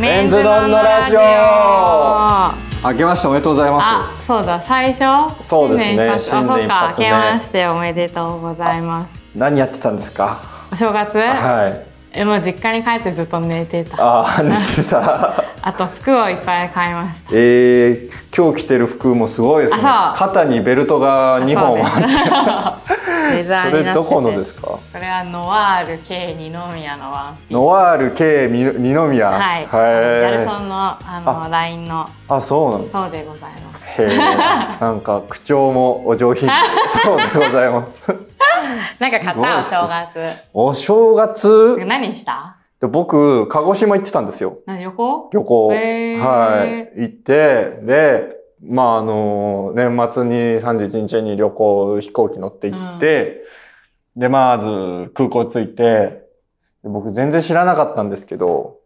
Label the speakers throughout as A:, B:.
A: メンズノンノラジオ
B: 明けましておめでとうございま
A: あそうだ最初
B: そうですね
A: 新
B: 新年
A: 年一
B: 一
A: 発あそうか明
B: 発目
A: けましておめでとうございます
B: す何やってたんですか
A: お正月、
B: はい
A: えもう実家に帰ってずっと寝てた
B: ああ寝てた
A: あと服をいっぱい買いました
B: えー、今日着てる服もすごいですね
A: あそう
B: 肩にベルトが2本あって
A: そうですレザーになっ
B: そ
A: てて
B: れどこのですか
A: これはノワール K 二宮のワンピー
B: ノワール K み二宮
A: スはい、ギャルソ
B: へえ
A: ンのあのラインの
B: あそうなんです
A: そうでございます
B: へえ なんか口調もお上品そうでござい ます
A: なんか買ったお正月
B: お正月
A: 何した
B: で僕鹿児島行ってたんですよ
A: な旅行
B: 旅行、
A: へー
B: はい行ってでまああの年末に31日に旅行飛行機乗って行って、でまず空港着いてで僕全然知らなかったんですけど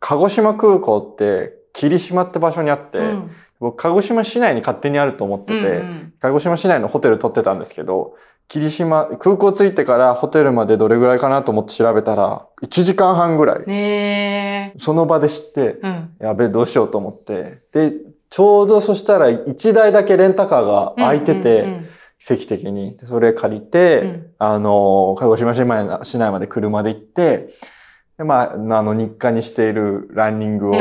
B: 鹿児島空港って霧島って場所にあって、
A: うん
B: 僕鹿児島市内に勝手にあると思ってて、
A: うん
B: 鹿児島市内のホテル取ってたんですけど霧島空港着いてからホテルまでどれぐらいかなと思って調べたら1時間半ぐらい、
A: うん、え
B: その場で知って
A: ー、うん
B: やべえ、どうしようと思って。で、ちょうどそしたら1台だけレンタカーが空いてて、
A: うんうんうん
B: 奇跡的に。でそれ借りて、
A: うん
B: あの、鹿児島市内な市内まで車で行って、でまあ、あの、日課にしているランニ ングを、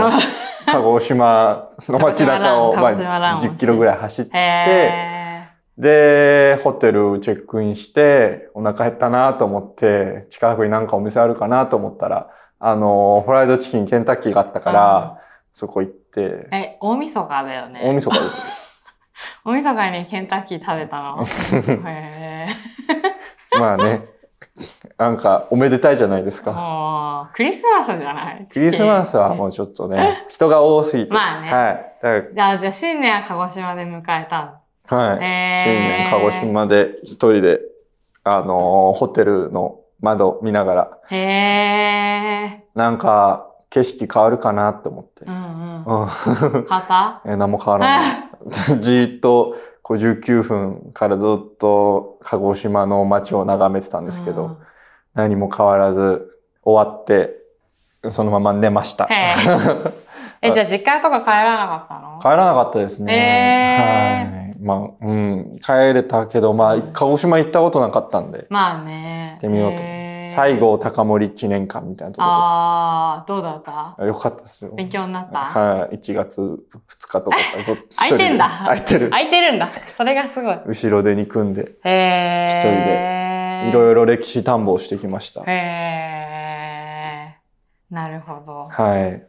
B: 鹿児島の街中を、
A: 鹿児島ラン
B: ま
A: 鹿児島ラン
B: あ、
A: を
B: 10キロぐらい走って、
A: へ
B: で、ホテルチェックインして、お腹減ったなと思って、近くになんかお店あるかなと思ったら、あの、フライドチキンケンタッキーがあったから、そこ行って
A: ー、え大晦日だよ
B: 大
A: ね
B: 晦日で
A: 大晦日にケンタッキー食べたのへ
B: す。まあね、なんかおめでたいじゃないです
A: え
B: か。
A: もうクリスマスじゃない
B: クリスマスはもうちょっとね、人が多すぎて。
A: まあね
B: はい。だ
A: じゃあじゃあ新年は鹿児島で迎えたの
B: からはい。
A: へー
B: 新年鹿児島で一人で、あのーホテルの窓見ながら、
A: へえ
B: なんか景色変わるかなって思って
A: う。んうん
B: うん。
A: 買った
B: え、何も変わ らない。
A: あ
B: じーっと59分からずっと鹿児島の街を眺めてたんですけど、何も変わらず終わってそのまま寝ました帰
A: へーえじゃあ実家とか帰らなかったの
B: らなかったですね、はいまあうん帰れたけどまあ鹿児島行ったことなかったんで行
A: まあね行っ
B: ってみようと西郷隆盛記念館みたいなところ
A: ああどうだった
B: ですよかったですよ
A: 勉強になった、
B: はい1月2日 とかずっと
A: 空いてんだ
B: 一人で空いてる
A: 空いてるんだそれがすごい
B: 後ろで憎んで
A: へえ
B: 一人いろいろ歴史探訪してきました
A: へーなるほど。
B: はい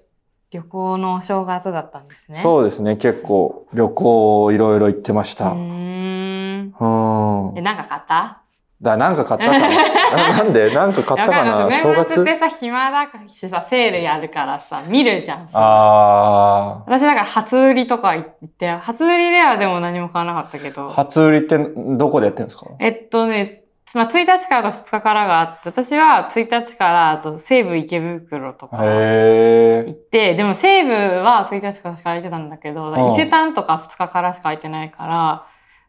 A: 旅行のお正月だったんですね。う
B: そうですね結構旅行いろいろ行ってまし
A: だ。
B: た
A: うーん。
B: うん
A: え、なんか買った
B: だなんか買ったか なななんでなんか買ったかな
A: わ
B: 正
A: んない年末
B: 月
A: ってさ、暇だしさ、セールやるからさ、見るじゃん。
B: あ
A: 私だから初売りとか行って、初売りではでも何も買わなかったけ
B: あ
A: ど。
B: 初売りってどこでやってるんですか
A: えっとね、まあ、1日から2日からがあって、私は1日から、あと西武池袋とか。
B: へえ
A: 行って、でも西部は1日からしか空いてたんだけど、
B: うん
A: 伊勢丹とか2日からしか空いてないから、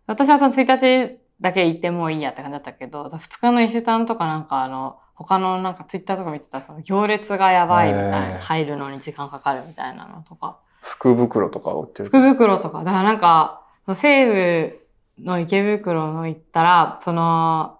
A: 私はその1日だけ行ってもういいやって感じだったけど、2日の伊勢丹とかなんかあの、他のなんかツイッターとか見てたらその行列がやばいみたい
B: へ
A: な、
B: ー
A: 入るのに時間かかるみたいなのとか。
B: 福袋とか売ってる
A: 福袋とか、だからなんか、その西部の池袋の行ったら、その、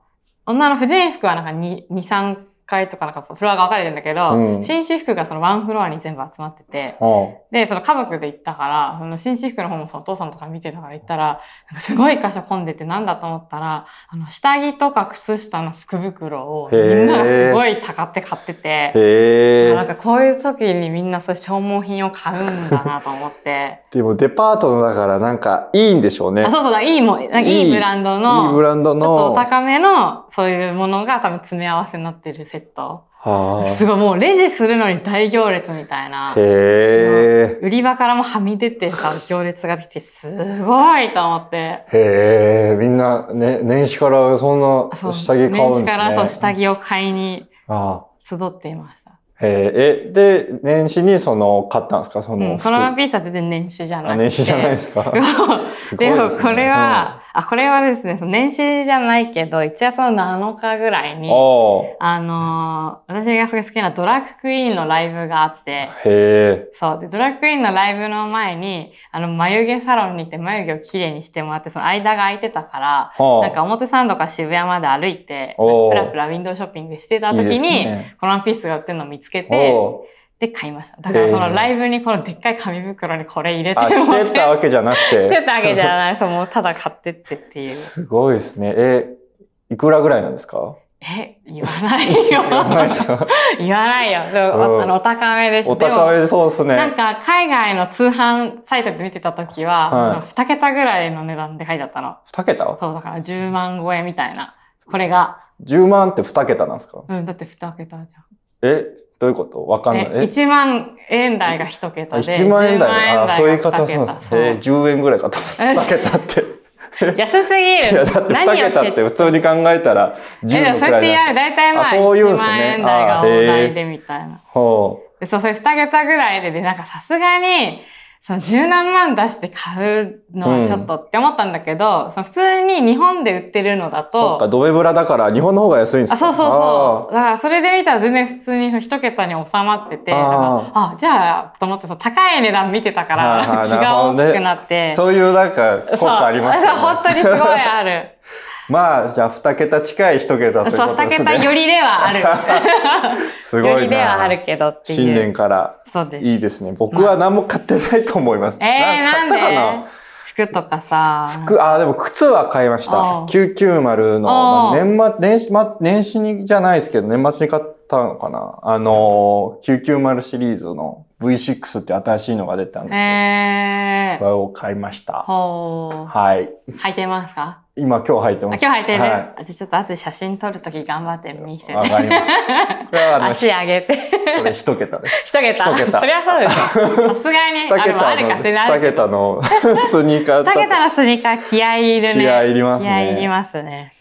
A: 女の婦人服はなんか2、2 3階とかなんかフロアが分かれてるんだけど、
B: うん
A: 紳士服がそのワンフロアに全部集まってて、
B: うん
A: で、その家族で行ったから、その紳士服の方もそのお父さんとか見てたから行ったら、なんかすごい箇所混んでてなんだと思ったら、あの、下着とか靴下の福袋をみ
B: へー
A: んながすごい高って買ってて、
B: へ
A: なん
B: え
A: かこういう時にみんなそういう消耗品を買うんだなと思って、
B: でもデパートのだからなんかいいんでしょうね
A: あそうそうだ、いいもん、なんかい
B: い
A: い
B: い
A: ブランド
B: いいブ
A: の、
B: ランド
A: ちょっとお
B: の
A: 高めの、そういうものが多分詰め合わせになってるセット。
B: は
A: すごい、もうレジするのに大行列みたいな
B: あ。へ
A: 売り場からもはみ出てさ、行列ができて、すごいと思って。
B: えへえみんなね年始からそんな
A: そう
B: 下着買うんですね
A: 年始からそう下着を買いに
B: あ
A: 集っていました。
B: あへええで年始にその買ったんですかそ
A: うん、
B: の
A: こ
B: 服
A: のワンピースは全然年始じゃなく
B: あ
A: て。
B: 年始じゃないですか
A: でも
B: すごい
A: でも
B: すね
A: これは、あ、これはですね、その年始じゃないけど、1月の7日ぐらいに、
B: あ
A: あのー私がすごい好きなドラッグクイーンのライブがあって
B: あ、、へ
A: そう。で、ドラッグクイーンのライブの前に、あの、眉毛サロンに行って眉毛をきれいにしてもらって、その間が空いてたから、
B: え。はあ。
A: なんか表参道から渋谷まで歩いて、
B: おー
A: プラプラウィンドウショッピングしてた
B: いいで
A: 時
B: す
A: に、
B: ね
A: このワンピースが売ってるのを見つけて、
B: おう
A: で、買いました。だからそのライブにこのでっかい紙袋にこれ入れて
B: あ、
A: 持っ
B: 着て
A: て、
B: たわけじゃなくて。
A: 着てたわけじゃない。そう、もうただ買ってってっていう。
B: すごいですね。え、いくらぐらいなんですか
A: え、言わないよ。言わないよ。そう
B: うん
A: あの、お高めです。
B: お高めそうですね。
A: なんか海外の通販サイトで見てた時は、
B: はい
A: なんか2桁ぐらいの値段で書いてあったの。
B: 二桁
A: そうだから10万超えみたいな。これが。
B: ?10 万って二桁なんですか
A: うん、だって2桁じ
B: え、どういうことわか
A: ゃん。
B: ん
A: え
B: ない。え、
A: 1万円台が1桁
B: あ
A: で。
B: 1万円台。あ、そういう
A: 10万
B: 方
A: 円台が二桁
B: そうなんですね。えー、10円ぐらいかと思って
A: え
B: 二 桁って。
A: そう安すぎる。
B: いや、だって二桁って普通に考えたら
A: え、で
B: 10
A: もそ
B: のく
A: うやっ
B: らい
A: て
B: じ
A: やる。
B: ゃないですか。
A: 大体まあ
B: あそういうん
A: 1
B: ですね
A: 万円台が
B: あへ
A: 大
B: え
A: 台でみたいな。
B: ほ
A: でそう、それ2桁ぐらいで、で、なんかさすがに、その十何万出して買うのはちょっとって思ったんだけど、その普通に日本で売ってるのだ
B: うそっ
A: と、
B: か、ドベブラだから日本の方が安いんです
A: あ、そ
B: か
A: うそう
B: あ
A: そ
B: ー
A: う。だからそれで見たら全然普通に一桁に収まってて、だ
B: あ
A: か
B: ー
A: らあじゃあ、と思ってそう高い値段見てたか
B: はいは
A: ら、
B: い
A: 気が大きくなって。
B: そういうなんか効果あります
A: そうそう本
B: よね。
A: 当にすごいある。
B: まあ、じゃあ二桁近い一 桁という
A: そう、
B: こと
A: 二
B: です
A: 桁よ
B: ね。
A: りではある。
B: す
A: よ
B: ご
A: り
B: い
A: ではあ
B: な。
A: るけどっていう。
B: 新年から
A: そうです。
B: いいですね。僕は何も買ってないと思います。
A: えー、
B: な
A: なんん
B: か
A: で
B: 買ったかな
A: 服とかさ。
B: 服、あー、でも靴は買いました
A: あ。ー
B: 990の、まあ
A: あー
B: 年末、年始、ま、年始にじゃないですけど、年末に買ったのかな。あのー、990シリーズの V6 って新しいのが出たんですけど、
A: え
B: そ
A: ー。
B: れを買いました。
A: ほう。
B: はい。
A: 履いてますか
B: 今、今日履いて
A: あ
B: ま
A: 今
B: す。
A: 日履いてる、
B: は
A: あじゃあちょっと後で写真撮るとき頑張って見せて。
B: わかりました。これ はあの、
A: 足上げて。
B: これ一桁です。
A: 一桁
B: 一桁
A: そりゃそうですよ。さすがに、
B: 二
A: あれもあるかっ
B: 桁の、
A: てな
B: 二
A: るけど。
B: 桁の スニーカーだ
A: 二
B: と
A: 桁のスニーカー気合いいるね。
B: 気合いりますね
A: 気合いりますね。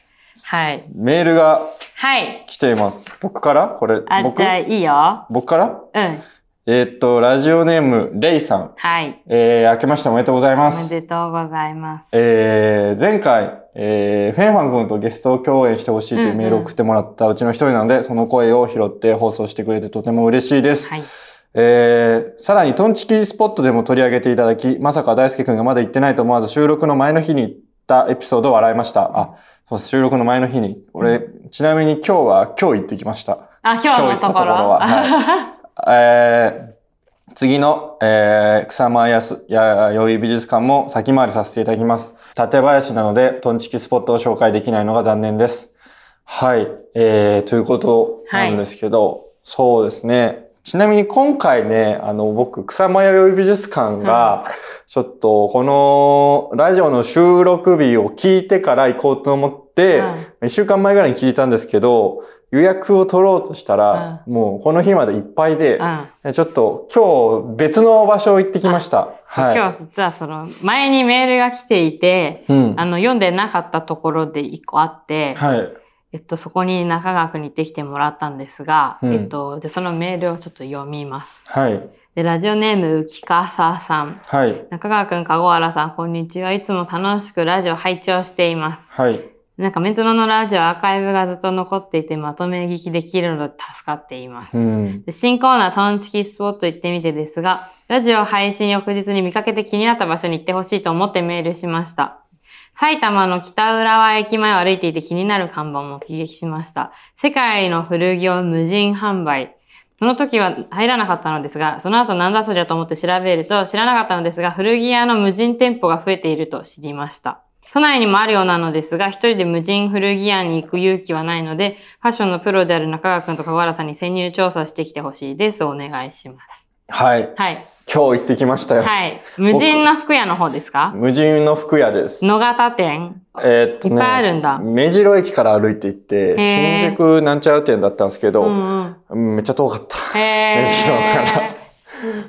A: はい。
B: メールが
A: はい。
B: 来ています。僕からこれ、
A: あ、
B: 僕
A: じゃあいいよ。
B: 僕から
A: うん。
B: えーっと、ラジオネーム、レイさん。
A: はい。
B: えー、明けましておめでとうございま
A: おめ
B: す。
A: でとうございます。
B: えー、前回、えー、フェンファン君とゲスト共演してほしいというメールを送ってもらったうちの一人なので、その声を拾って放送してくれてとても嬉しいです。
A: はい。
B: えー、さらにトンチキスポットでも取り上げていただき、まさか大輔くんがまだ行ってないと思わず収録の前の日に行ったエピソードを笑いました。あ、そうです収録の前の日に。俺、ちなみに今日は今日行ってきました。
A: あ、今日のところ。
B: は、はいえー次の、えー草間やすや代々木美術館も先回りさせていただきます。館林なので、トンチキスポットを紹介できないのが残念です。はい。えーということなんですけど、そうですね。ちなみに今回ね、あの、僕、草間や代々木美術館が、ちょっと、この、ラジオの収録日を聞いてから行こうと思って、
A: うん
B: 一週間前ぐらいに聞いたんですけど、予約を取ろうとしたら、もうこの日までいっぱいで、
A: うん。
B: えちょっと今日別の場所行ってきました。はい。
A: 今日実はその、前にメールが来ていて、
B: うん。
A: あの、読んでなかったところで一個あって、
B: はい。
A: えっと、そこに中川くんに行ってきてもらったんですが、
B: うん
A: えっと、じゃあそのメールをちょっと読みます。
B: はい。
A: で、ラジオネーム、うきかささん。
B: はい。
A: 中川くん、籠原さん、こんにちは。いつも楽しくラジオ拝聴しています。
B: はい。
A: なんか、メンズノのラジオアーカイブがずっと残っていて、まとめ聞きできるので助かっています。
B: うん。
A: で新コーナー、トンチキスポット行ってみてですが、ラジオ配信翌日に見かけて気になった場所に行ってほしいと思ってメールしました。埼玉の北浦和駅前を歩いていて気になる看板も目撃しました。世界の古着を無人販売。その時は入らなかったのですが、その後なんだそりゃと思って調べると、知らなかったのですが、古着屋の無人店舗が増えていると知りました。都内にもあるようなのですが、一人で無人古着屋に行く勇気はないので、ファッションのプロである中川くんと香原さんに潜入調査してきてほしいです。お願いします。
B: はい。
A: はい。
B: 今日行ってきましたよ。
A: はい。無人の服屋の方ですか
B: 無人の服屋です。
A: 野方店。
B: えーっとね。
A: いっぱいあるんだ
B: 目白駅から歩いて行って、
A: へー
B: 新宿なんちゃら店だったんですけ
A: う
B: ど、
A: んうん。
B: うんめっちゃ遠かった。
A: へ
B: 目白から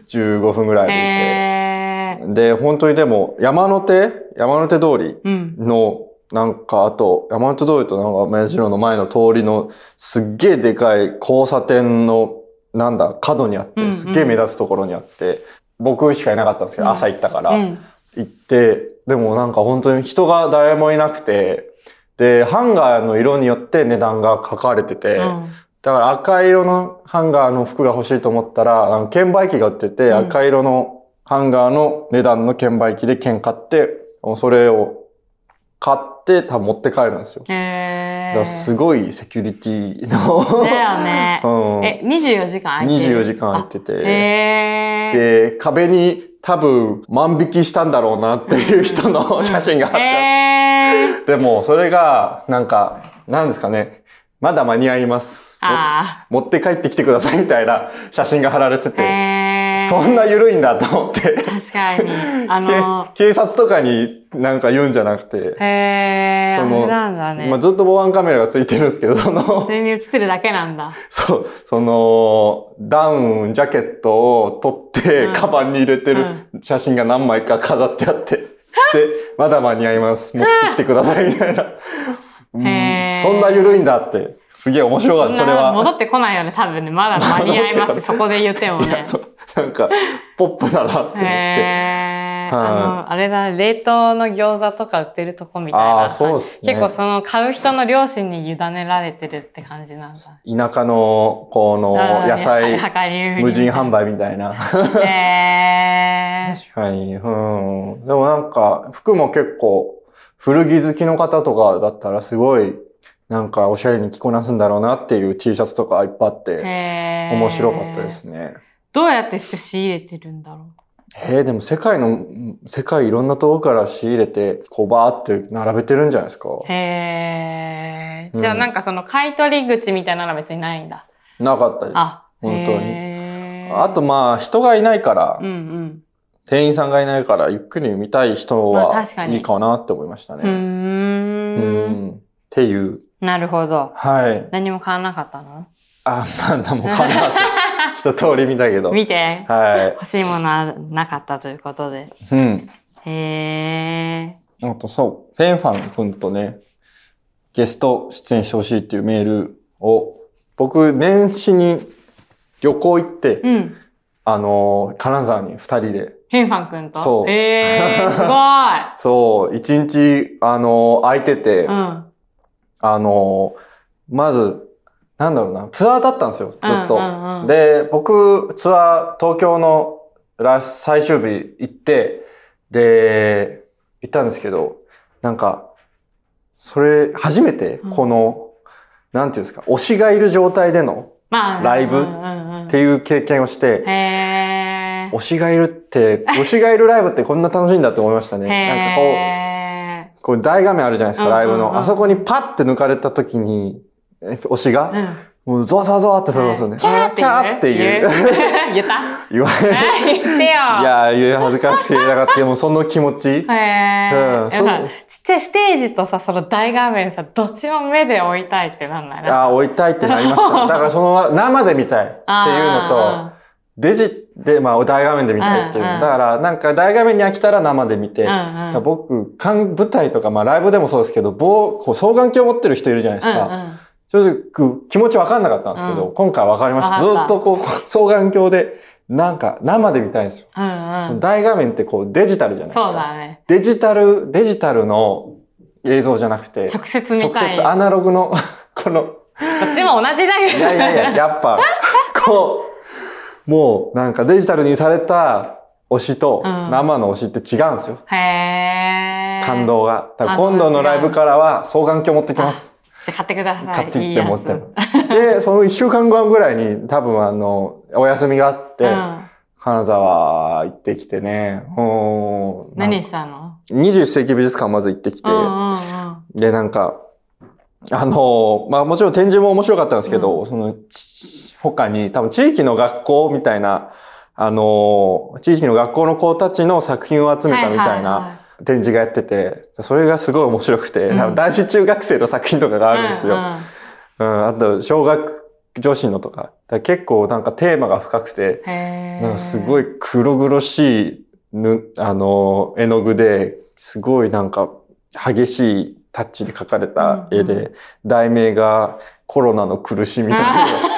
B: 15分ぐ らい
A: ー。
B: 歩いて。
A: へー。
B: で、本当にでも、山手山手通り
A: うん。
B: の、なんか、あと、山手通りとなんか、目白の前の通りの、すっげえでかい交差点の、なんだ、角にあっ
A: うんう
B: て、
A: ん
B: すっげえ目立つところにあって、僕しかいなかったんですけど、
A: うん
B: 朝行ったか
A: う
B: ら、
A: ん。
B: 行って、でもなんか本当に人が誰もいなくて、で、ハンガーの色によって値段が書かれてて、
A: うん
B: だから赤色のハンガーの服が欲しいと思ったら、あの券売機が売ってて、
A: うん
B: 赤色のハンガーの値段の券売機で券買って、それを買って多分持って帰るんですよ。
A: へー
B: だからすごいセキュリティの、。
A: だよね
B: うん、
A: え、24時間空いてる
B: 24時間空いてて、
A: へー。
B: で、壁に多分万引きしたんだろうなっていう人の写真があった。
A: へー。
B: でも、それが、なんか、なんですかね。まだ間に合います。
A: あ
B: も持って帰ってきてくださいみたいな写真が貼られて
A: ー。
B: て、
A: へー。
B: そんな緩いんだと思って、
A: 確か に。あの、
B: け警察とかになんか言うんじゃなくて、
A: へー。
B: そ
A: あ
B: の
A: れなんだね
B: まあ、。ずっと防犯カメラがついてるんですけど、その
A: そ、れに映ってるだけなんだ。
B: そう、その、ダウン、ジャケットを取って、
A: うん
B: カバンに入れてる写真が何枚か飾ってあ って、で、まだ間に合います。持ってきてください、みたいな。うん
A: へー
B: そんな緩いんだって、すげえ面白かっ
A: そ
B: た、
A: ん
B: それ
A: な戻
B: は。
A: ってこないよね、多分ね。まだ間に合い ますって、そこで言っても
B: いや、
A: ね。
B: そう、なんか、ポップだなって思って。
A: へー。
B: はい
A: あの、あれだ、冷凍の餃子とか売ってるとこみたいな。
B: ああ、そうですね。
A: 結構その買う人の両親に委ねられてるって感じなんだ。
B: 田舎の、この、野菜、無人販
A: 売。
B: 売みたいな。
A: えー
B: 確 かに、うん。でもなんか、服も結構、古着好きの方とかだったらすごい、なんかおしゃれに着こなすんだろうなっていう T シャツとかいっぱいあっ
A: へ
B: て、
A: ー
B: 面白かったです。ね。
A: どうやって服仕入れてるんだろ
B: えー、でも世界の、うん世界いろんなとこから仕入れて、こうバーって並べてるんじゃないですか。
A: う。へ
B: う
A: ー
B: ん
A: じゃあなんかその買い取り口みたいなのは別にないんだ。
B: なかったです。
A: あ、
B: あ本当に
A: へー
B: と、まあ、人がいないから、
A: うんうん。
B: 店員さんがいないから、ゆっくり見たい人
A: まあ
B: は
A: 確かに
B: いいかなって思いました
A: うー
B: ね。
A: ん。
B: うんっていう。
A: なるほど。
B: はい。
A: 何も買わなかったの
B: あ、なんだもうかなって。一通り見たけ ど。
A: 見て。
B: は
A: 欲しいものはなかったということで。
B: い。うん。
A: へ
B: あとそう、フェンファン君とね、ゲスト出演してほしいっていうメールを、僕、年始に旅行行っ
A: ー。
B: て、
A: うん。
B: あのー、金沢に二人で、
A: ヘンファン君と
B: そう
A: えー、す ご
B: そう、一日、あのー、空いてて、
A: いうん。
B: あのー、まず、なんだろうな、ツアーだったんですよ、ずっと。
A: うんうんうん
B: で、僕、ツアー、東京のラス最終日行って、で、行ったんですけど、なんか、それ、初めて
A: うん、
B: この、なんていうんですか、推しがいる状態での、
A: まあ、
B: ライブ
A: うんうんうん
B: っていう経験をして、
A: へー。
B: 推しがいる って、推しがいるライブってこんな楽しいんだって思いましたね。なんかこう、
A: へ
B: こう大画面あるじゃないですか、
A: うんうんう
B: ラ
A: ん
B: イブの。あそこにパッて抜かれた時に、え推し
A: ー。う
B: が、
A: ん。
B: もうゾワゾワゾワってするんですよね。
A: キャー
B: あキャー
A: っ
B: って
A: て
B: い
A: 言
B: う
A: う。。言う言った
B: 言われい
A: 言ってよ。い
B: やー、言う恥ずかしくて言えなかったけど、もうその気持ち。
A: へ
B: うん
A: ー。
B: そう
A: やっぱちっちゃいステージとさ、その大画面さ、どっちも目で追いたいってなんないな。
B: あー追いたいってなり ました。だからその生で見たいっていうのと、デジで、まあ大画面で見たいっていう
A: うんう
B: の。
A: ん
B: だからなんか大画面に飽きたら生で見て、
A: うんう
B: だ
A: ん
B: から僕、かん舞台とか、まあライブでもそうですけど、棒、こう双眼鏡持ってる人いるじゃないですか。
A: うんうん
B: 正直気持ち分かんなかったんですけど、
A: う
B: 今回分かりました。ず
A: 分か
B: っ
A: った
B: とこう、双眼鏡で、なんか生で見たいんですよ。
A: うんうん。
B: 大画面ってこうデジタルじゃないです
A: そう
B: か。
A: だね。
B: デジタル、デジタルの映像じゃなくて、
A: 直接見
B: 直
A: たい。
B: 接
A: ど
B: アナログの、 この、
A: っちも同じだけど。
B: いやいやい や、やっぱ、こう、もうなんかデジタルにされた推しと
A: うん
B: 生の推しって違うんですよ。
A: へー。
B: 感。動が。だから
A: あ
B: 今度のライブからは双眼鏡持ってきます。
A: 買ってください。
B: 買って
A: い
B: い
A: い
B: っ
A: や
B: て
A: つ
B: 持っても。で、その一週間後ぐらいに多分あの、お休みがあって、
A: うん
B: 金沢行ってきてね、うん
A: 何したの
B: 20世紀美術館まず行ってきて、
A: うんうんうん
B: で、なんか、あの、まあもちろん展示も面白かったんですけど、その、ち他に多分地域の学校みたいな、あの、地域の学校の子たちの作品を集めたみたい
A: はは
B: な展示がやってて、それがすごい面白くて、
A: うん
B: 多分男子中学生の作品とかが
A: は
B: あ
A: い
B: るんですよ。
A: うんうん
B: うん、あと、小学女子のとか。だから結構なんかテーマが深くて、
A: へー
B: なんかすごい黒々しいぬ、あの、絵の具で、すごいなんか激しいタッチで描かれた絵で、
A: うんう
B: 題名がコロナの苦しみとか、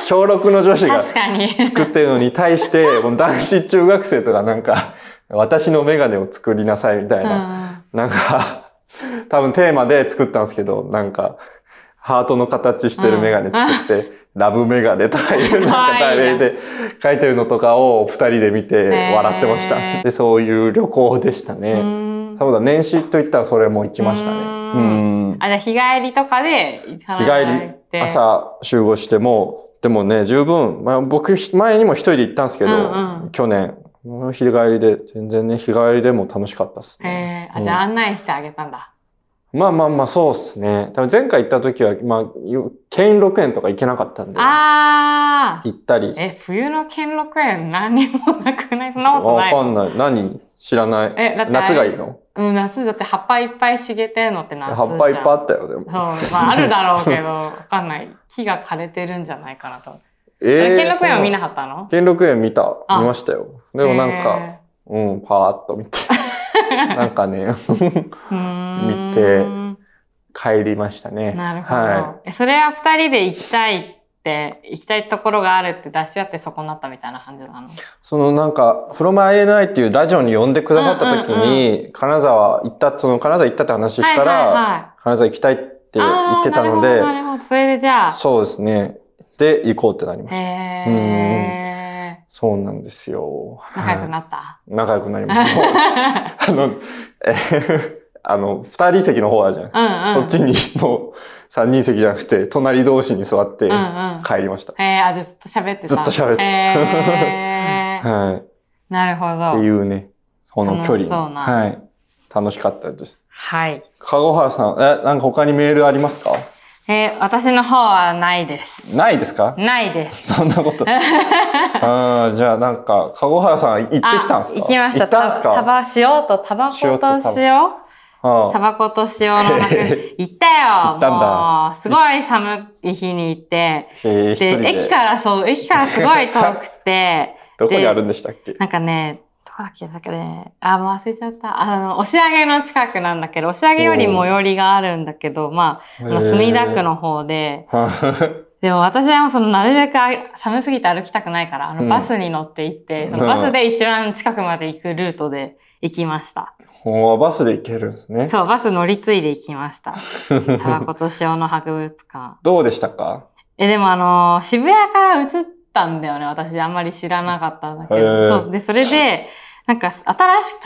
B: 小6の女子が
A: 確かに。
B: 作ってるのに対して、もう男子中学生とかなんか、私のメガネを作りなさいみたいな、
A: う
B: なんか、多分テーマで作ったんですけど、なんか、ハートの形してるメガネ作って、ラブメガネとかいうなん
A: かわい
B: か
A: いな
B: 題名で書いてるのとかを二人で見て
A: ー
B: 笑ってました。で、そういう旅行でしたね。
A: ん。うん
B: そうだ、年始といったらそれも行きましたね。
A: う
B: うんん
A: あ、じゃあ日帰りとかで、日
B: 日帰り、。朝集合しても、でもね、十分、まあ、僕、前にも一人で行ったんですけど、
A: うんうん
B: 去年、日帰りで、全然ね、日帰りでも楽しかったです、ね。
A: えー、あ、じゃあ案内してあげたんだ。
B: まあまあまあ、そうですね。多分前回行った時は、まあ、県六園とか行けなかったんで、行
A: あー。
B: ったり。
A: え、冬の兼六園何にもなくないそんなことな
B: わ
A: い
B: かんない。何知らない。
A: え、だってあれ
B: 夏がいいの
A: うん、夏だって葉っぱいっぱい茂ってんのって夏じゃん
B: 葉っぱいっぱいあったよ、でも。
A: そう、まああるだろうけど、わかんない。木が枯れてるんじゃないかなと。
B: え
A: え、
B: ー
A: 兼六園は見なかったの
B: 兼六園見た。
A: あ
B: 見ましたよ。でもなんか、、うん、パー ッと見て。なんかね、
A: えー
B: 見て
A: うーん
B: 帰りましたね。
A: なるほど。
B: は
A: えそれは二人で行きたいって、行きたいところがあるって出し合ってそこになったみたいな感じなの。
B: い。そのなんか、from INI っていうラジオに呼んでくださった時に、金沢行った、その金沢行ったって話したら、
A: はいはいはい
B: 金沢行きたいって言ってたの
A: あーなるほど、
B: で、
A: なるほど。それでじゃあ、
B: そうですね。で、行こうってなりました。
A: へ
B: うん
A: え、
B: そうなんですよ。
A: 仲良く
B: はい
A: なった。
B: 仲良くなりまし た。あの、え ーあの、二人席の方あるじゃん。
A: うんうん。
B: そっちにもう三人席じゃなくて、隣同士に座って
A: うんうん
B: 帰りました。
A: えー、あ、ずっと喋ってた。
B: ずっと喋ってた
A: え ー
B: はい。
A: なる
B: っ
A: ほ
B: て
A: ど。
B: いうね、この距
A: 楽
B: 離
A: しそうな
B: はい。楽しかったです。
A: はい。
B: 籠原さん、え、なんか他にメールありますか
A: えー、私の方はないです。
B: ないですか
A: ないです。
B: そんな こと。あーじゃあなんか、籠原さん行ってき
A: あ
B: たんですか
A: 行きました。
B: 行ったんです
A: た
B: か
A: ば塩とタバコ
B: 塩とタ
A: と
B: バ
A: 塩
B: あ
A: タ
B: ー
A: バコと塩 の中
B: へ
A: に行ったよ
B: 行ったんだ
A: もう、すごい寒い日に行って、
B: へー一
A: で、
B: 人で。
A: 駅からそう、駅からすごい遠く て、
B: どこにあるんでしたっけ
A: なんかね、どこだっけだっけね、あ、もう忘れちゃった。あの、押上の近くなんだけど、押上より最寄りがあるんだけど、まあ、あの墨田区。の方で、
B: へー
A: でも私はそのなるべくあ寒すぎて歩きたくないから、あ
B: う
A: の
B: ん
A: バスに乗って行って、そのバスで一番近くまで行くルートで行きました。
B: ほうバスで行けるんですね。
A: そう、バス乗り継いで行きま した。タバコと塩の博物館。
B: どうでしたか
A: え、でもあのー渋谷から移ったんだよね、私。あんまり知らなかったんだけ
B: へー
A: ど。そう。で、それで、なんか、新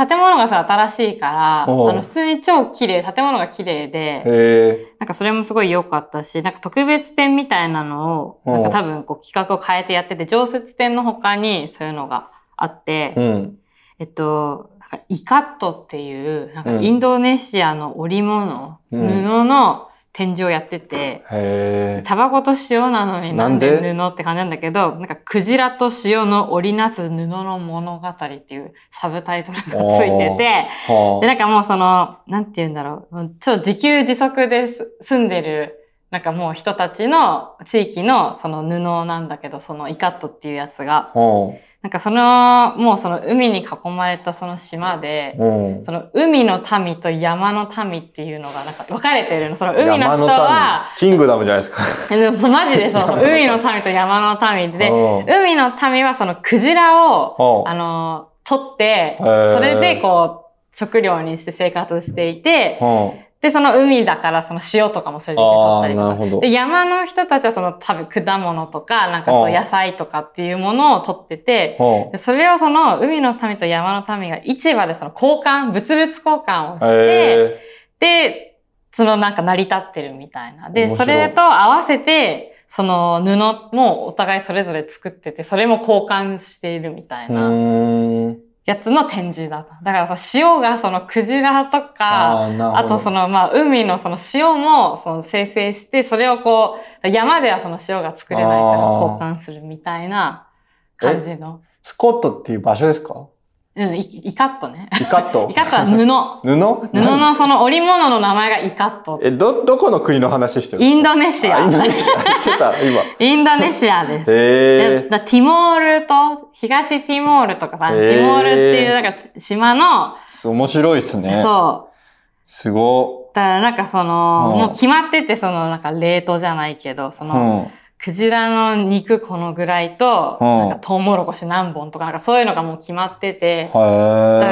A: し、建物がさ、新しいから、あ
B: おう
A: の、普通に超綺麗、建物が綺麗で、
B: へ
A: なんかそれもすごい良かったし、なんか特別展みたいなのを、
B: おう
A: なんか多分こう企画を変えてやってて、常設展の他にそういうのがあって、
B: え。うん。
A: えっと、なんかイカットっていう、なん
B: う
A: か
B: ん
A: インドネシアの織物、
B: うん
A: 布の展示をやってて、
B: へえ。
A: タバコと塩なのに
B: な
A: なんん
B: で
A: で布って感じなんだけど、なんかクジラと塩の織りなす布の物語っていうサブタイトルがついてて、
B: は
A: で、なんかもうその、なんて言うんだろう、もう超自給自足です住んでる、なんかもう人たちの地域のその布なんだけど、そのイカットっていうやつが、
B: あ。は
A: なんかその、もうその海に囲まれたその島で、
B: あ。うん。
A: その海の民と山の民っていうのがなんか分かれてるの。その海の
B: 山
A: 人は、
B: 民キングダムじゃないですか。
A: えでもそうマジでそう、海の民と山の民で、
B: うん
A: 海の民はそのクジラを、あ
B: はあ
A: の、取って、
B: へー
A: それでこう、食料にして生活していて、
B: は
A: で、その海だからその塩とかもそれで
B: あ。
A: 取
B: あ
A: っ
B: あ
A: た
B: ー、
A: り
B: なる
A: とか。
B: ほど。
A: で、山の人たちはその多分果物とか、なんかそううん野菜とかっていうものを取ってて、
B: は
A: でそれをその海の民と山の民が市場でその交換、物々交換をし
B: あ。
A: て、
B: へえ。
A: で、そのなんか成り立ってるみたいな。で、
B: 面
A: そ
B: 白い
A: れと合わせて、その布もお互いそれぞれ作ってて、それも交換しているみたいうな
B: ーん。
A: やつの展示だった。だからさ、塩がそのクジラとか、あ
B: あー、なるほど。
A: とそのまあ海のその塩もその生成して、それをこう、山ではその塩が作れないから
B: あー
A: 交換するみたいな感じの。
B: スコットっていう場所ですか
A: うん、イイカットね。
B: イカット。
A: イカットは布。
B: 布
A: 布のその織物の名前がイカット。
B: え、ど、どこの国の話してる
A: イン
B: ネ
A: ドネシア。
B: インドネシア。言ってた、今。
A: インドネシアです。
B: へえ。
A: だティモールと、東ティモールとかさ、
B: へー
A: ティモールっていうなんか島の、
B: そう面白いですね。
A: そ
B: すご
A: う。だからなんかその、
B: うん
A: もう決まってて、そのなんか冷凍じゃないけど、そ
B: い。う
A: の、
B: ん。
A: クジラの肉このぐらいと、
B: うん
A: なんかトウモロコシ何本とか、なんかそういうのがもう決まってて、だか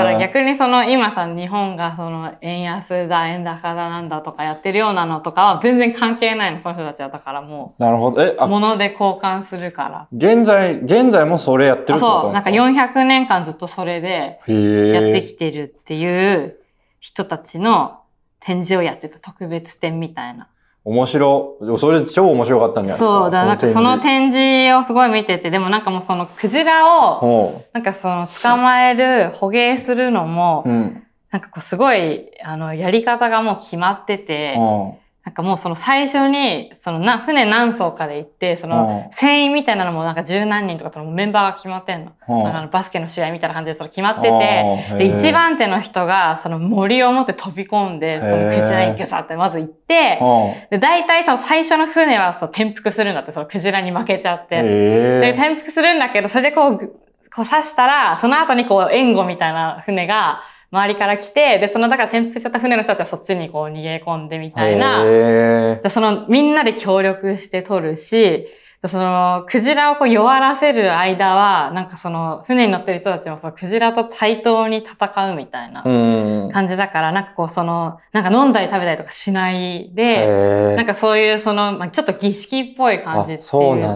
A: ら
B: へえ。
A: 逆にその今さ、日本がその円安だ、円高だなんだとかやってるようなのとかは全然関係ないの、その人たちは。だからも
B: なるほど。え、
A: う、
B: あ、
A: 物で交換するから。
B: 現在、現在もそれやってる
A: あ
B: ってこ
A: そ
B: と
A: う、
B: な
A: なんんか
B: ですか
A: 400年間ずっとそれで
B: へえ。
A: やってきてるっていう人たちの展示をやってた特別展みたいな。
B: 面白。それ超面白かったんじゃないですか。
A: そうだ、なんかその
B: 展
A: 展示をすごい見てて、でもなんかもうそのクジラを、
B: 示。
A: なんかその捕まえる、捕鯨するのも、
B: うん。うん。
A: なんかこうすごい、あの、やり方がもう決まってて、
B: うん。
A: なんかもうその最初に、そのな、船何艘かで行って、その
B: う、
A: 船員みたいなのもなんか十何人とか、そのメンバーが決まってんの。
B: うん
A: なんかあのバスケの試合みたいな感じでその決まってて、
B: あー
A: で、
B: へー
A: 一番手の人が、その森を持って飛び込んで、そのクジラにギュサってまず行って、
B: う
A: で、大体その最初の船はその転覆するんだって、そのクジラに負けちゃっ
B: ん。
A: て。で、
B: へえ。
A: 転覆するんだけど、それでこうぐ、こう刺したら、その後にこう、援護みたいな船が、周りから来て、で、その、だから転覆しちゃった船の人たちはそっちにこう逃げ込んでみたいな。
B: へ
A: でその、みんなで協力して取るし、でその、クジラをこう弱らせる間は、なんかその、船に乗ってる人たちもその、クジラと対等に戦うみたいな
B: ー。うん。
A: 感じだから、なんかこう、その、なんか飲んだり食べたりとかしないで、
B: へ
A: なんか
B: か
A: そういうその、まあ、ちょっと儀式っぽい感じっていうか、
B: そうなんです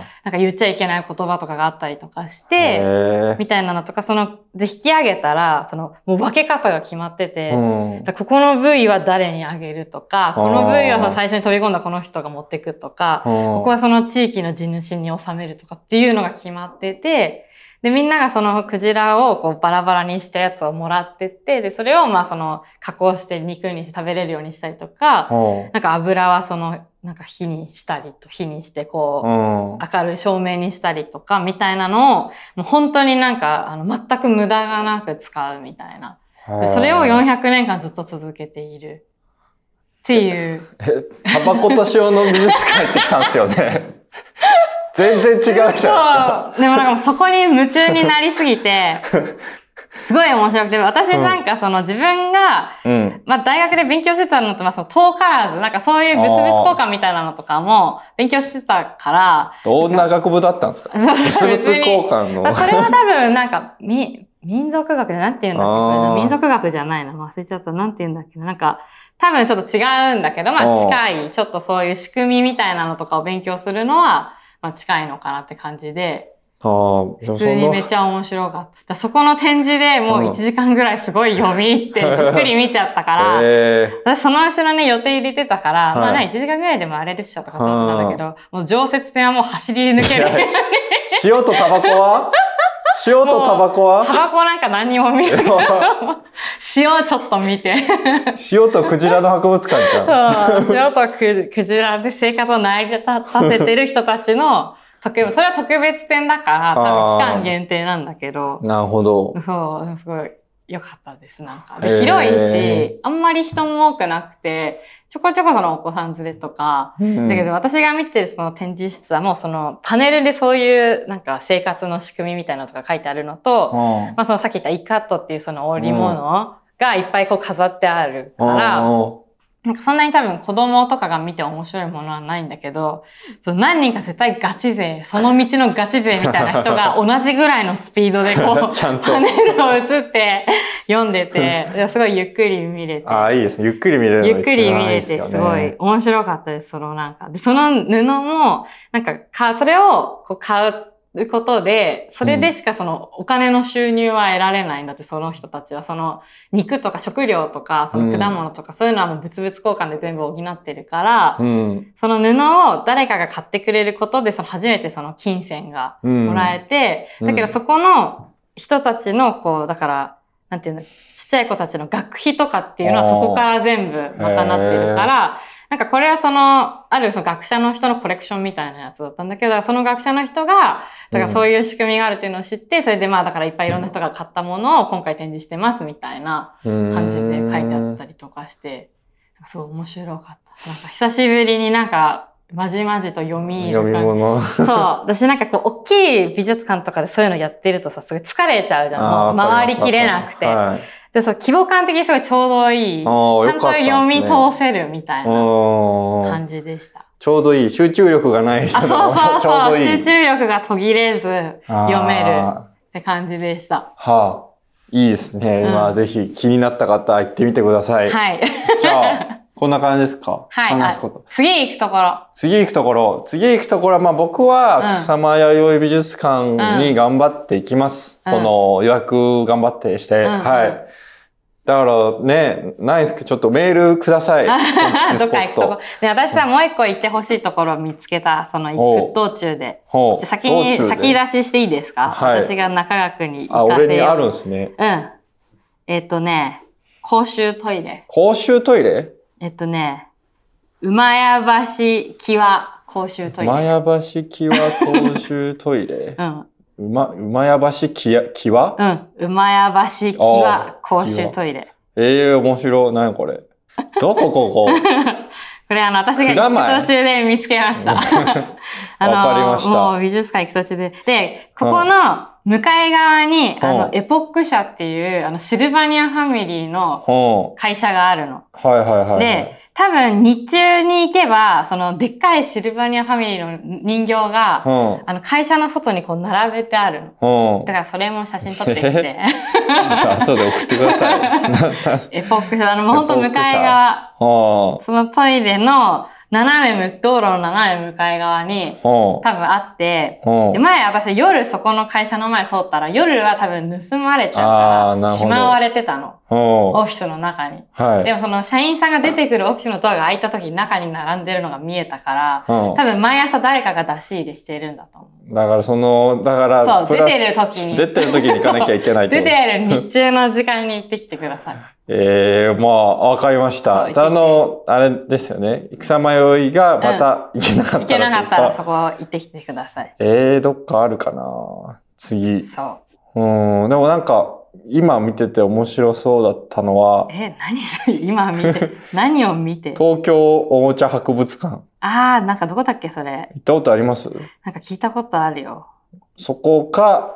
B: ね。
A: なんか言っちゃいけない言葉とかがあったりとかし
B: へ
A: て、
B: ー
A: みたいなのとか、その、で、引き上げたら、その、もう分け方が決まってて、
B: うん
A: じゃあここの部位は誰にあげるとか、この部位は
B: あ
A: さ
B: ー
A: 最初に飛び込んだこの人が持ってくとか、ここ
B: こ
A: はその地域の地主に収めるとかっていうのが決まってて、で、みんながそのクジラをこうバラバラにしたやつをもらってって、で、それをまあその加工して肉にして食べれるようにしたりとか、なんか油はその、なんか火にしたりと、火にしてこう、
B: うん。
A: 明るい照明にしたりとかみたいなのを、もう本当になんか、あの、全く無駄がなく使うみたいな。でそれを
B: へー
A: 400年間ずっと続けている。って いう。
B: タバコと塩の水しか入ってきたんですよね。全然違うじゃないです
A: そう
B: か。。
A: でもなんかもうそこに夢中になりすぎ て、すごい面白くて、私なんかその自分が、
B: うん。
A: まあ大学で勉強してたのと、まあその遠からず、なんかそういう物々交換みたいなのとかも勉強してたから、
B: どんな学部だったんですか
A: そう別
B: 物
A: に
B: 々交換の
A: ま。あ、それは多分、なんか、み、民族学でなんて言うんだっけ
B: あー
A: これ民族学じゃないな。忘れちゃった。なんて言うんだっけな。なんか、多分ちょっと違うんだけど、まあ
B: うん
A: 近い、ちょっとそういう仕組みみたいなのとかを勉強するのは、まあ近いのかなって感じで、
B: あーでも
A: 普
B: そ
A: 通に
B: の
A: めちゃ面白かった。だからそこの展示でもう
B: うん
A: 1時間ぐらいすごい読み 入ってじっくり見ちゃったから、
B: へ
A: 私その後ろね、予定入れてたから、
B: はい
A: まあな、1時間ぐらいで回れるっしょとかって思ってたんだけど、もう常設展はもう走り抜ける。
B: いやー塩とタバコは塩とタバコ
A: タ
B: は
A: バコなんか何にも見えない。塩ちょっと見て。
B: 塩とクジラの博物館じゃん。
A: 塩とククジラで生活を成り立たせてる人たちの特別、それは特別展だから、多分期間限定なんだけど、
B: なるほど。
A: そう、でもすごい良かったです、なんか。
B: へー
A: で広いし、あんまり人も多くなくて、ちょこちょこそのお子さん連れとか、
B: だ
A: だけど、私が見てるその展示室はもうそのパネルでそういうなんか生活の仕組みみたいなのとか書いてあるのと、
B: うん、
A: まあ、そのさっき言ったイカットっていうその織物がいっぱいこう飾ってあるから、なんかそんなに多分子供とかが見て面白いものはないんだけど、その何人か絶対ガチ勢、その道のガチ勢みたいな人が同じぐらいのスピードでこう、
B: ちゃんと
A: パネルを映って読んでて、いやすごいゆっくり見れて。
B: ああ、いいですね。ゆっくり見れるの
A: ゆっくり見れて、
B: 一
A: す
B: 番いいですよ
A: ごい
B: ね。
A: 面白かったです、そのなんか。で、その布も、なんか、か、それをこう買うことで、それでしかそのお金の収入は得られないんだって、その人たちは。その肉とか食料とか、その果物とか、そういうのはもう物々交換で全部補ってるから、
B: うん。
A: その布を誰かが買ってくれることで、その初めてその金銭が
B: うん。
A: もらえて、
B: うん
A: だけどそこの人たちの、こう、だから、なんていうんだ、ちっちゃい子たちの学費とかっていうの
B: あ
A: は
B: ー
A: そこから全部賄ってるから、なんかこれはその、あるその学者の人のコレクションみたいなやつだったんだけど、その学者の人が、だからそういう仕組みがあるっていうのを知って、それでまあだからいっぱいいろんな人が買ったものを今回展示してますみたいな感
B: 感
A: じで書いてあったりとかして、なんかすごい面白かった。なんか久しぶりになんか、まじまじと読み入る
B: 読み
A: 感じ
B: 物。
A: そう。私なんかこう、大きい美術館とかでそういうのやってるとさ、すごい疲れちゃうじゃん。もう回りきれなくて。
B: あ
A: で、そう、規模感的にすごいちょうどいい。ち
B: あ
A: ゃ
B: ー
A: ん
B: よ
A: と
B: かったですね
A: 読み通せるみたいな
B: ー
A: 感じでした。
B: ちょうどいい、集中力がない人
A: あ、
B: で
A: そう
B: も
A: そう
B: ちょう
A: そ
B: ど
A: う。
B: いい。
A: 集中力が途切れずっ
B: あー
A: 読めるて感じでした。
B: はあ、いいですね。
A: うん
B: 今、ぜひ気になった方、行ってみてください。
A: はい。
B: じゃあ、こんな感じですか、
A: はい。
B: 話すこと。
A: あ次行くところ。
B: 次行くところ、次行くところは、まあ僕
A: うん
B: は、草間弥生美術館
A: うん
B: に頑張っていきます。
A: うん
B: その、予約頑張ってして、
A: んうん
B: はい。だからね、ないんですけど、ちょっとメールくださ い。
A: どっか行くとこ。で、私さ、もう一個行ってほしいところを見つけた、その行
B: お
A: く
B: う
A: 道中で。
B: ほ
A: じゃ
B: う
A: あ先に、
B: 道中で
A: 先出ししていいですか、
B: はい
A: 私が中川くんに行かせ
B: あ、
A: よう
B: 俺にあるんですね。
A: うん。えっ、とね、公衆トイレ。
B: 公衆トイレ
A: えっ、とね、馬屋橋際公衆トイ
B: 馬
A: レ。
B: 屋橋際公衆トイレ
A: うん。
B: 馬、馬屋橋際際
A: うん。馬屋橋際公衆トイレ。
B: ええ面白い。何これ。どこここ
A: これあの、私が行
B: 蔵前
A: く途中で見つけました。 あの
B: わかりました
A: もう美術館行く途中で。で、ここの向かい側に、
B: うん
A: あの、エポック社っていう、あの、シルバニアファミリー の
B: ほ
A: 会社があるの。
B: う。はいはいはいはい。
A: で、多分日中に行けば、そのでっかいシルバニアファミリーの人形が、
B: うん。
A: あの会社の外にこう並べてあるの。
B: うん
A: だ。からそれも写真撮ってき て、
B: ちょっと後で送ってください。なんなんす
A: エポック社、あのもうほんと向かい
B: エポック
A: 側、
B: は
A: そのトイレの斜め向、道路の斜め向かい側に
B: あ。は
A: 多分あって、
B: あ。は
A: で前私夜そこの会社の前通ったら夜は多分盗まれちゃ
B: あー
A: うから、
B: なるほど
A: しまわれてたの。
B: あ。は
A: オフィスの中に。
B: あ。はい。
A: でもその社員さんが出てくるオフィスのドアが開いた時に中に並んでるのが見えたから、
B: うん
A: 多分毎朝誰かが出し入れしてるんだと思う。
B: だからその、だから、
A: そう、
B: プ
A: 出
B: ラス
A: てる時に。
B: 出てる時に行かなきゃいけないって
A: 出
B: こと
A: てる日中の時間に行ってきてください。
B: ええまあ、わかりまし
A: そう
B: た。
A: 行ってきて
B: あの、あれですよね。草迷いがまた行けなか
A: 行
B: った
A: けな
B: ら
A: か
B: とい
A: っ
B: う
A: た
B: から
A: そこ行ってきてください。
B: ええどっかあるかな次。
A: そう。
B: うん、でもなんか、今見てて面白そうだったのは、
A: え、何 それ今見 て。何を見て。
B: 東京おもちゃ博物館。
A: あー、なんかどこだっけそれ。
B: 行ったことあります
A: なんか聞いたことあるよ。
B: そこか、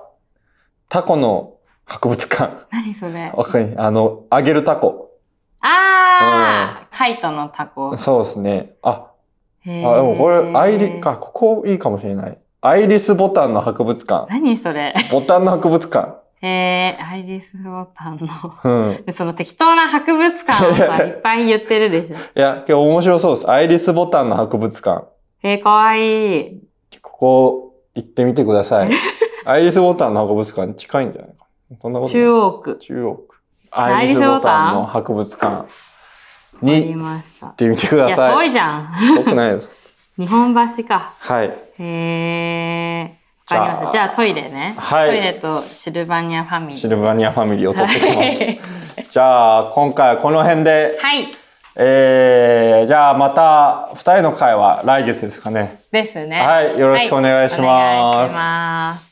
B: タコの博物館。
A: 何それ。
B: わかりあの、揚げるタコ。
A: あー、カイトのタ コ。
B: そうですね。あ、
A: へ
B: あで
A: ー
B: もこれ、アイリ、。か、ここいいかもしれない。アイリスボタンの博物館。
A: 何それ。
B: ボタンの博物館。
A: えー、アイリスボタンの。
B: うん。
A: でその適当な博物館をさ、いっぱい言ってるで しょ。
B: いや、今日面白そうです。アイリスボタンの博物館。
A: えー、かわいい。
B: ここ行ってみてくださ い。アイリスボタンの博物館近いんじゃないかな。そんなことない
A: 中央区。
B: 中央区。
A: ア
B: ア
A: イ
B: イ
A: リ
B: リ
A: ス
B: ス
A: ボ
B: ボ
A: タ
B: タ
A: ン
B: ンの博物館
A: あ
B: に
A: り
B: 行っ
A: ました。
B: てみてく
A: い
B: だ
A: や、
B: さ
A: 遠
B: い。
A: いじゃん。
B: 遠くないです。
A: 日本橋か。
B: はい。
A: へえ。わかりました。じ
B: じ
A: ゃ
B: ゃ
A: あトイレね。
B: はい
A: トイレとシルバニアファミリ
B: シ
A: ー。
B: ルバニアファミリーを撮ってきま
A: はい
B: す。 じゃあ、今回はこの辺で、
A: はい。
B: えー、じゃあまた、二人の会は来月ですかね。
A: ですね。
B: はいよろしくお願いします
A: はいお願いします